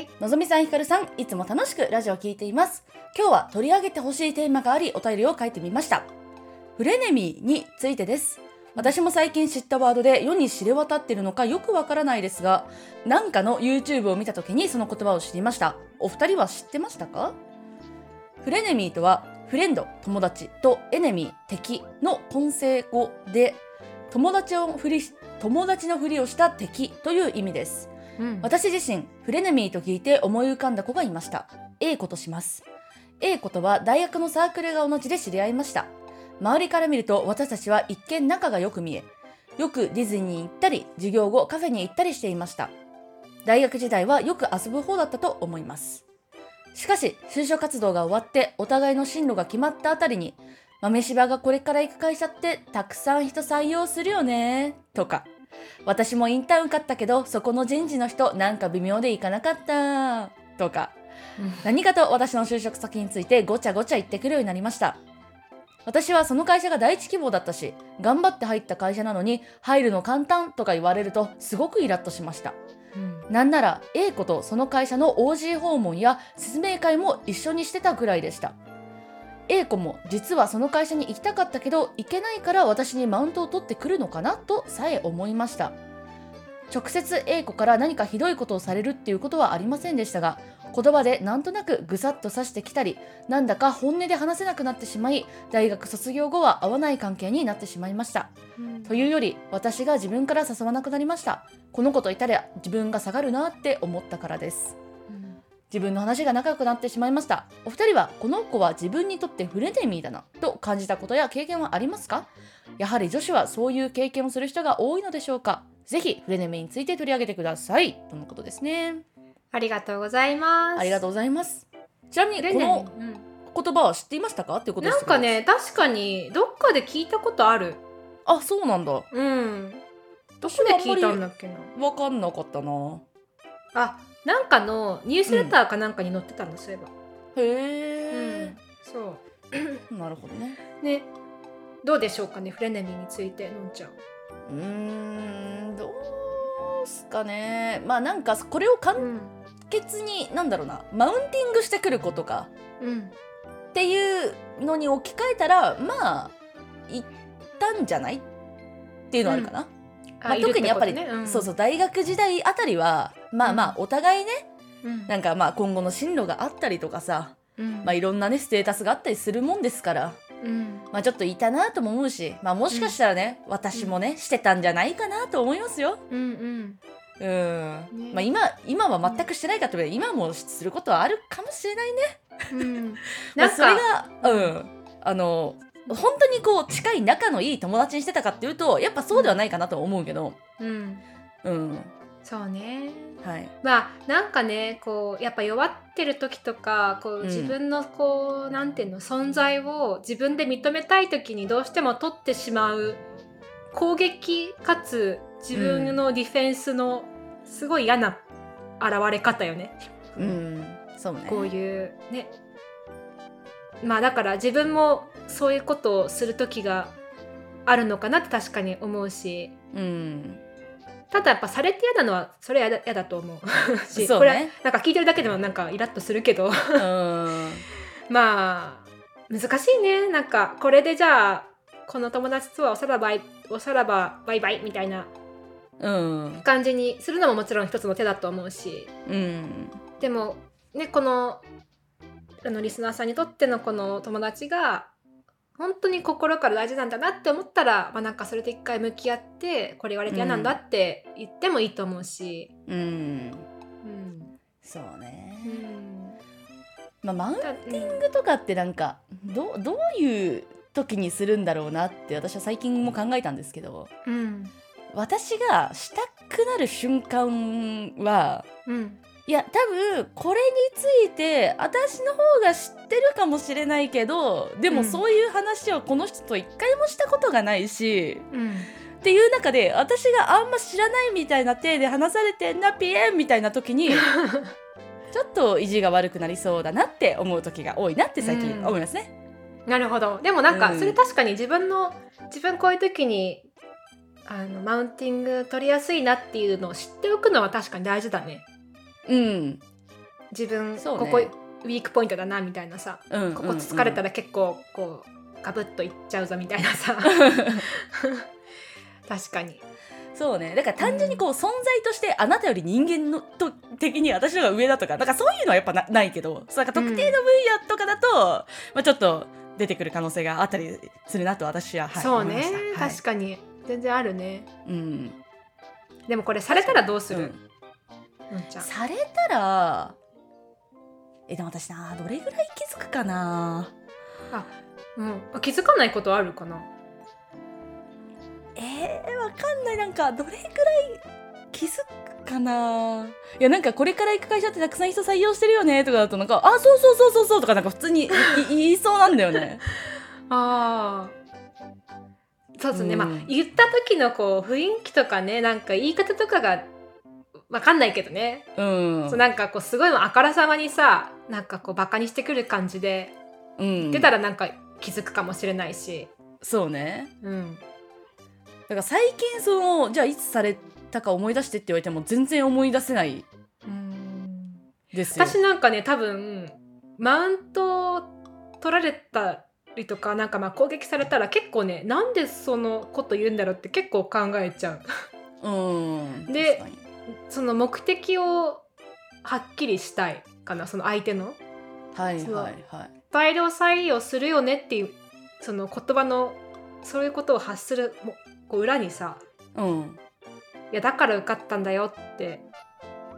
い、のぞみさんひかるさんいつも楽しくラジオを聞いています今日は取り上げてほしいテーマがありお便りを書いてみましたフレネミーについてです私も最近知ったワードで世に知れ渡ってるのかよくわからないですがなんかの YouTube を見た時にその言葉を知りましたお二人は知ってましたかフレネミーとはフレンド友達とエネミー敵の混成語で友達をふりし友達のふりをした敵という意味ですうん私自身フレネミーと聞いて思い浮かんだ子がいました A 子とします A 子とは大学のサークルが同じで知り合いました周りから見ると私たちは一見仲がよく見えよくディズニーに行ったり授業後カフェに行ったりしていました大学時代はよく遊ぶ方だったと思いますしかし就職活動が終わってお互いの進路が決まったあたりに豆柴がこれから行く会社ってたくさん人採用するよねとか私もインターン受かったけどそこの人事の人なんか微妙で行かなかったとか何かと私の就職先についてごちゃごちゃ言ってくるようになりました私はその会社が第一希望だったし頑張って入った会社なのに入るの簡単とか言われるとすごくイラッとしましたうんなんなら A 子とその会社の OG 訪問や説明会も一緒にしてたくらいでした A 子も実はその会社に行きたかったけど行けないから私にマウントを取ってくるのかなとさえ思いました直接 A 子から何かひどいことをされるっていうことはありませんでしたが言葉でなんとなくぐさっと刺してきたりなんだか本音で話せなくなってしまい大学卒業後は合わない関係になってしまいましたというより私が自分から誘わなくなりましたこの子といたら自分が下がるなって思ったからですうん自分の話が仲良くなってしまいましたお二人はこの子は自分にとってフレデミーだなと感じたことや経験はありますかやはり女子はそういう経験をする人が多いのでしょうかぜひフレデミーについて取り上げてくださいとのことですねありがとうございます。ありがとうございますちなみにレこネのうん言葉は知っていましたかっていうことでなすんけどかね確かにどっかで聞いたことある。あそうなんだうん。どこどこで聞いたんだっけな。わかんなかったなあなんかのニュースレターかなんかに載ってたんだ、そういえば。へうえん、そう。なるほどねねどうでしょうかねフレネミーについてのんちゃん。うーんどうすかねまあなんかこれを簡ん潔になんだろうなマウンティングしてくることかうんっていうのに置き換えたらまあいったんじゃないっていうのはあるかな、まあ特にやっぱりそうそう大学時代あたりはまあまあお互いねうん。うんなんかまあ今後の進路があったりとかさ、うんまあ、いろんなねステータスがあったりするもんですから、うんまあ、ちょっといたなとも思うし、まあ、もしかしたらね、私もねしてたんじゃないかなと思いますよ。うんうん、まあ今今は全くしてないかって言えば今もすることはあるかもしれないね。うんうん。 まなあんそれかがうんあの本当にこう近い仲のいい友達にしてたかっていうとやっぱそうではないかなとは思うけど、うんうんそうね。はい、まあなんかねこうやっぱ弱ってる時とかこううん自分のこう、なんていうの存在を自分で認めたい時にどうしても取ってしまう攻撃かつ自分のディフェンスのすごい嫌な現れ方よね。うん、そうね。こういうねまあだから自分もそういうことをする時があるのかなって確かに思うしうんただやっぱされて嫌なのはそれやだやだと思う しそうこれはねなんか聞いてるだけでもなんかイラッとするけどう んまあ難しいねなんかこれでじゃあこの友達とはおさらばいおさらばバイバイみたいなうん感じにするのももちろん一つの手だと思うしうんでもねこのあのリスナーさんにとってのこの友達が本当に心から大事なんだなって思ったら、まあ、なんかそれで一回向き合ってこれ言われて嫌なんだって言ってもいいと思うし、うんうんそううね、ん、まあ、マウンテたィングとかってなんかどうどういう時にするんだろうなって私は最近も考えたんですけどうん私がしたくなる瞬間はうんいや多分これについて私の方が知ってるかもしれないけどでうもんそういう話をこの人と一回もしたことがないし、うんっていう中で私があんま知らないみたいな体で話されてんなピエンみたいな時 にちょっと意地が悪くなりそうだなって思う時が多いなって最近思いますね。なるほどでもなんかうんそれ確かに自分の自分こういう時にあのマウンティング取りやすいなっていうのを知っておくのは確かに大事だねうん、自分、そうこねこウィークポイントだなみたいなさうん、ここつつかれたら、ら結構こうガブッといっちゃうぞみたいな さ確かにそうねだから単純にこう存在としてあなたより人間のと的に私の方が上だとかなんかそういうのはやっぱなないけどそうなんか特定の分野とかだと、まあ、ちょっと出てくる可能性があったりするなと私は、はい、そう思ねいましたはい確かに、全然あるねうんでもこれされたらどうすうるん、のんちゃんされたらえでも私などれぐらい気づくかなうんあ気づかないことあるかなえー、わかんないなんかどれぐらい気づくかないやなんかこれから行く会社ってたくさん人採用してるよねとかだとなんかあそうそうそうそうそうとかなんか普通にい い言いそうなんだよねあーそうですね、うんまあ言った時のこう雰囲気とかねなんか言い方とかがわかんないけどね、うんそうなんかこうすごいあからさまにさなんかこうバカにしてくる感じでうん出たらなんか気づくかもしれないし、そうねうん、だから最近そのじゃあいつされたか思い出してって言われても全然思い出せないですよ私なんかね多分マウントを取られたりとかなんかまあ攻撃されたら結構ねなんでそのこと言うんだろうって結構考えちゃう うんで確かにその目的をはっきりしたいかなその相手のはいそうはいはい大量採用するよねっていうその言葉のそういうことを発するもこう裏にさうんいやだから受かったんだよって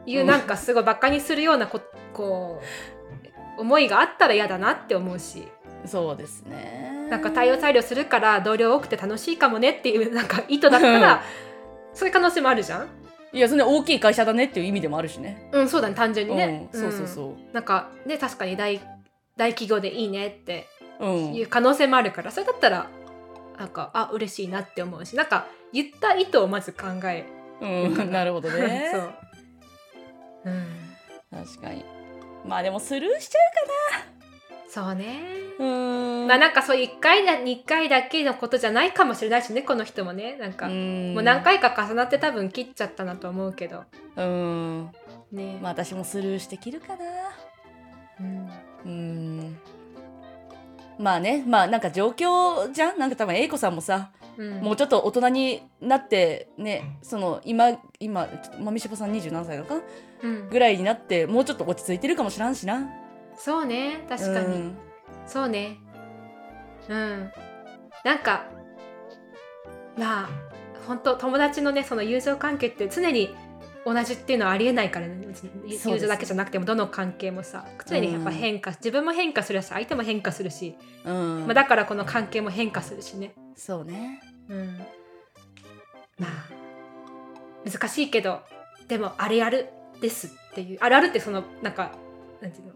いううんなんかすごいバカにするようなここう思いがあったら嫌だなって思うしそうですねなんか対応裁量するから同僚多くて楽しいかもねっていうなんか意図だったらそういう可能性もあるじゃんいやそれ大きい会社だねっていう意味でもあるしね。うんそうだね単純にね、うん、そうそううそんなんかね確かに大大企業でいいねってう。うん。いう可能性もあるからそれだったらなんかあ嬉しいなって思うしなんか言った意図をまず考え。うんなるほどね そう、うん、確かに。まあでもスルーしちゃそうねう。うーん。まあなんかそう1回だ2回だけのことじゃないかもしれないしねこの人もねなんか、うんもう何。回か重なって多分切っちゃったなと思うけどうん。ねまあ私もスルーしてきるかな。うんうん。まあね、まあなんか状況じゃん。なんか多分英子さんもさ、うんもうちょっと大人になってね、その今今ちょっとまみしぼさん二十何歳なのかなうんぐらいになってもうちょっと落ち着いてるかもしらんしな。そうね確かに、うんそうねうんなんかまあ本当友達のねその友情関係って常に同じっていうのはありえないからね友そう友です情だけじゃなくてもどの関係もさ常にやっぱ変化、自分も変化するし相手も変化するし、うん。まあ、だからこの関係も変化するしねそうね。うんまあ難しいけどでもあれあるですっていうあるあるってそのなんかなんていうの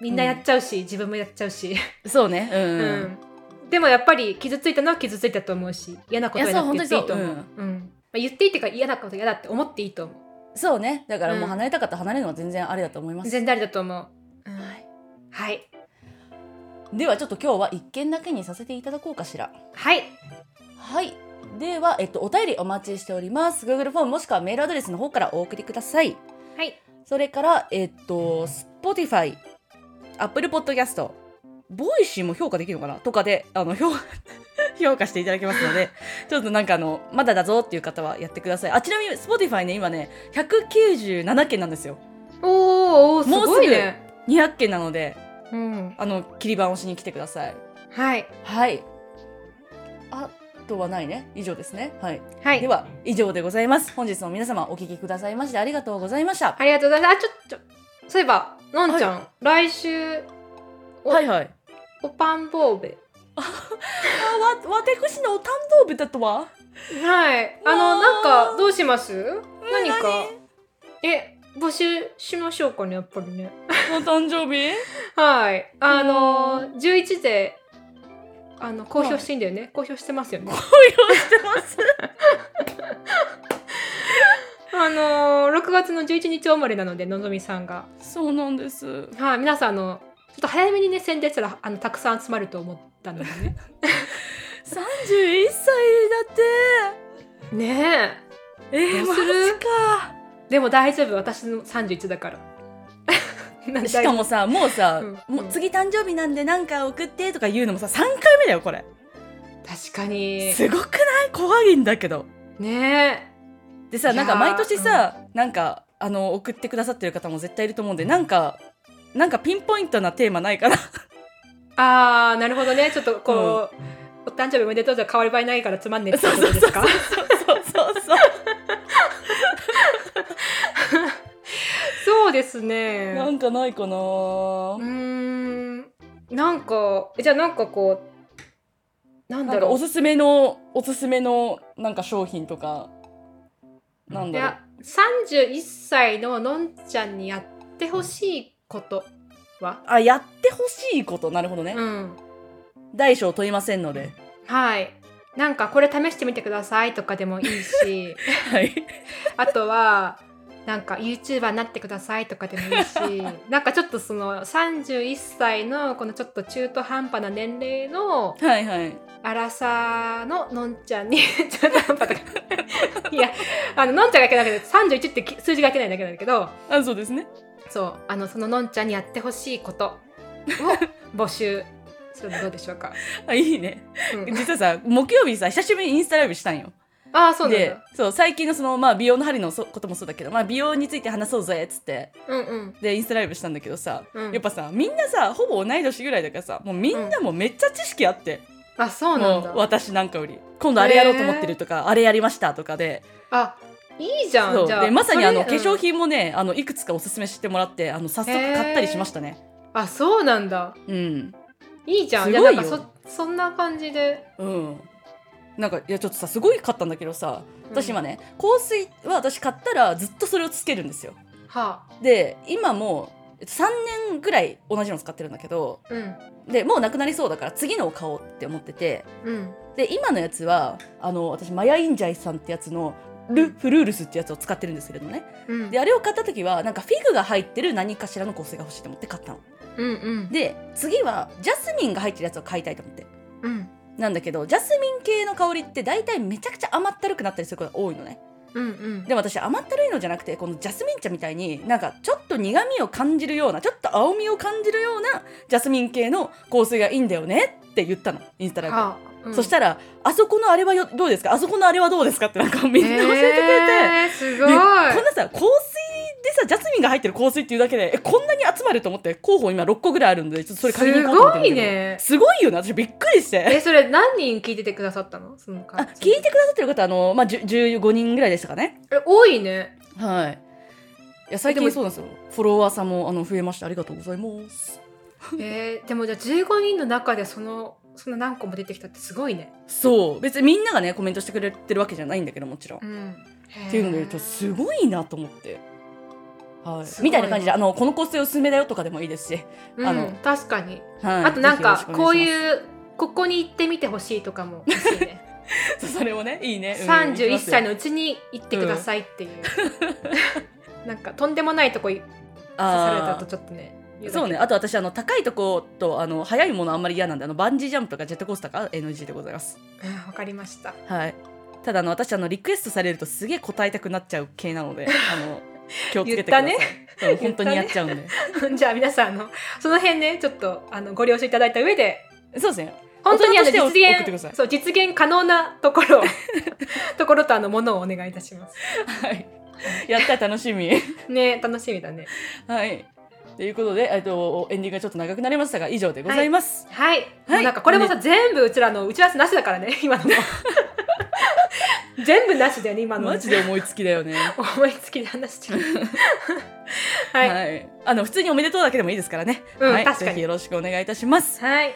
みんなやっちゃうし、自分もやっちゃうし、そうね。う。うんでもやっぱり傷ついたのは傷ついたと思うし嫌なこといはやそうなくて言っていいと思う本当にうんまあ、言っていいっていうか嫌なこと嫌だって思っていいと思そうね。だからもううん離れたかったら離れるのは全然あれだと思いまうす。全然ありだと思う、うんはいはいではちょっと今日は一件だけにさせていただこうかしら。はいはい。では、えっと、お便りお待ちしております。Google フォームもしくはメールアドレスの方からお送りください。はい。それから、えっと、Spotify、Apple Podcast、ボイシーも評価できるのかなとかで、あの、評 評価していただけますので、ちょっとなんかあの、まだだぞっていう方はやってください。あ、ちなみに Spotify ね、今ね、197件なんですよ。おーおーすもうすぐごいね。 200件なので、うん。あの、切り板をしに来てください。はい。はい。あとはないね。以上ですね。はい。はでい。は、以上でございます。本日も皆様お聞きくださいましてありがとうございました。ありがとうございます。あ、ちょ、ちょ、そういえば、のんちゃん、来週、おはいはい。おパンボーベ。あ、わ、私のお誕生日だとははい。うあわの、ーなんか、どうします何か何え、募集しましょうかね、やっぱりね。お誕生日はい。あのー、11で、あの、公表していいんだよね。公表してますよね。公表してます。あのー、6月の11日生まれなので、のぞみさんが。 そうなんです。はい、皆さん、あの、ちょっと早めにね、宣伝したら、あの、たくさん集まると思ったので ね。三十一歳だって。ねえどうするマジえ。でも大丈夫、私の31だから。 なんか。でしかもさ、もうさ、うんもう次誕生日なんでなんか送ってとか言うのもさ、三回目だよこれ。確かに。すごくない？怖いんだけど。ねでさいなやんーか毎年さ、なんかあの送ってくださってる方も絶対いると思うんでなんかなんかピンポイントなテーマないか なえ。あー、なるほどね。ちょっとこう、お誕生日おめでとうじゃ変わり映えないからつまんねえってことです かそうそうそうそうです ね。なんかないかなうーんなんかじゃあなんかこうなんなだんかろうおすすめのおすすめのなんか商品とかなんいだろうや31歳ののんちゃんにやってほしいことはあやってほしいことなるほどね、うん大小問いませんのではいなんかこれ試してみてくださいとかでもいいし はいあとはなんか YouTuber になってくださいとかでもい いしなんかちょっとその31歳のこのちょっと中途半端な年齢のはいはいアラサーののんちゃんに ちょっと半端だから いやあののんちゃんがいけないけど31ってき数字がいけないだけなんだけどあそうですねそうあのそののんちゃんにやってほしいことを募集するのどうでしょうか、あいいねうん実はさ木曜日さ久しぶりにインスタライブしたんよああそうなんでだそう最近のその、まあ、美容の針のそこともそうだけど、まあ、美容について話そうぜっつってうんうんでインスタライブしたんだけどさ、うんやっぱさみんなさほぼ同い年ぐらいだからさもうみんなもうめっちゃ知識あって、あそうなもんだう私なんかより今度あれやろうと思ってるとか、あれやりましたとかであいいじゃそんうじゃあでまさにあのそ化れ粧品もねあのいくつかおすすめしてもらってあの早速買ったりしましたね。うんあそうなんだうんいいじゃんすごいよやなんかそそんな感じで、うんなんかいやちょっとさすごい買ったんだけどさうん私今ね、香水は私買ったらずっとそれをつけるんですよ。はあで今もうえっと3年ぐらい同じの使ってるんだけどうんでもうなくなりそうだから次のを買おうって思っててうんで今のやつはあの私マヤインジャイさんってやつのル・フルールスってやつを使ってるんですけれどねうんであれを買った時はなんかフィグが入ってる何かしらの香水が欲しいと思って買ったのうんうんで次はジャスミンが入ってるやつを買いたいと思ってうんなんだけどジャスミン系の香りって大体めちゃくちゃ甘ったるくなったりすることが多いのねうんうんでも私甘ったるいのじゃなくてこのジャスミン茶みたいになんかちょっと苦みを感じるようなちょっと青みを感じるようなジャスミン系の香水がいいんだよねって言ったのインスタライブで、はあうんそしたら「あそこのあれはよどうですかあそこのあれはどうですか?」ってなんかみんな教えてくれて、えー、すごいでこんなさ香水でさジャスミンが入ってる香水っていうだけでえこんなに集まると思って候補今6個ぐらいあるんでちょっとそれ買いに行こうと思ってんだけどすごいねすごいよね私びっくりしてえそれ何人聞いててくださったのそのあ感聞いてくださってる方あの、まあ、10 15人ぐらいでしたかねえ多いねはい。いや最で近もそうなんですよ。フォロワーさんもあの増えました。ありがとうございます。えー、でもじゃあ15人の中でそのその何個も出てきたってすごいねそう、別にみんながねコメントしてくれてるわけじゃないんだけどもちろん。っんていうので言うとすごいなと思って。はい。みたいな感じですごいなあのこの香水おすすめだよとかでもいいですし、うんあの確かに、はい。あとなんかこうういうここに行ってみてほしいとかも欲しいねそれもねいいね。うん31歳。行きますよのうちに行ってくださいっていう、 なんかとんでもないとこ刺されたあとあ。ちょっとねそうねあと私あの高いとことあの早いものあんまり嫌なんであのバンジージャンプとかジェットコースターか NG でございますうんわかりました はいただあの私あのリクエストされるとすげえ答えたくなっちゃう系なのであの気をつけてください、言っうん本当にやっちゃうんで、じゃあ皆さんあのその辺ねちょっとあのご了承いただいた上でそうですね本当にあの大人として実送ってください現そう実現可能なところを ところとあのものをお願いいたします。はいやった楽しみね楽しみだね。はいということでえっとエンディングがちょっと長くなりましたが以上でございます、はい、はいなんかこれもさ、全部うちらの打ち合わせなしだからね 今のも全部なしだよね今のマジで思いつきだよね 思いつきで話し ちゃうはい、はいあの普通におめでとうだけでもいいですからね、うんはい、確かにぜひよろしくお願いいたしますはい、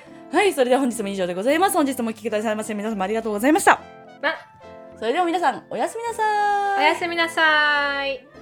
それでは本日も以上でございます。本日もお聞きくださいませ皆様ありがとうございました。まそれでは皆さん、おやすみなさーい。おやすみなさい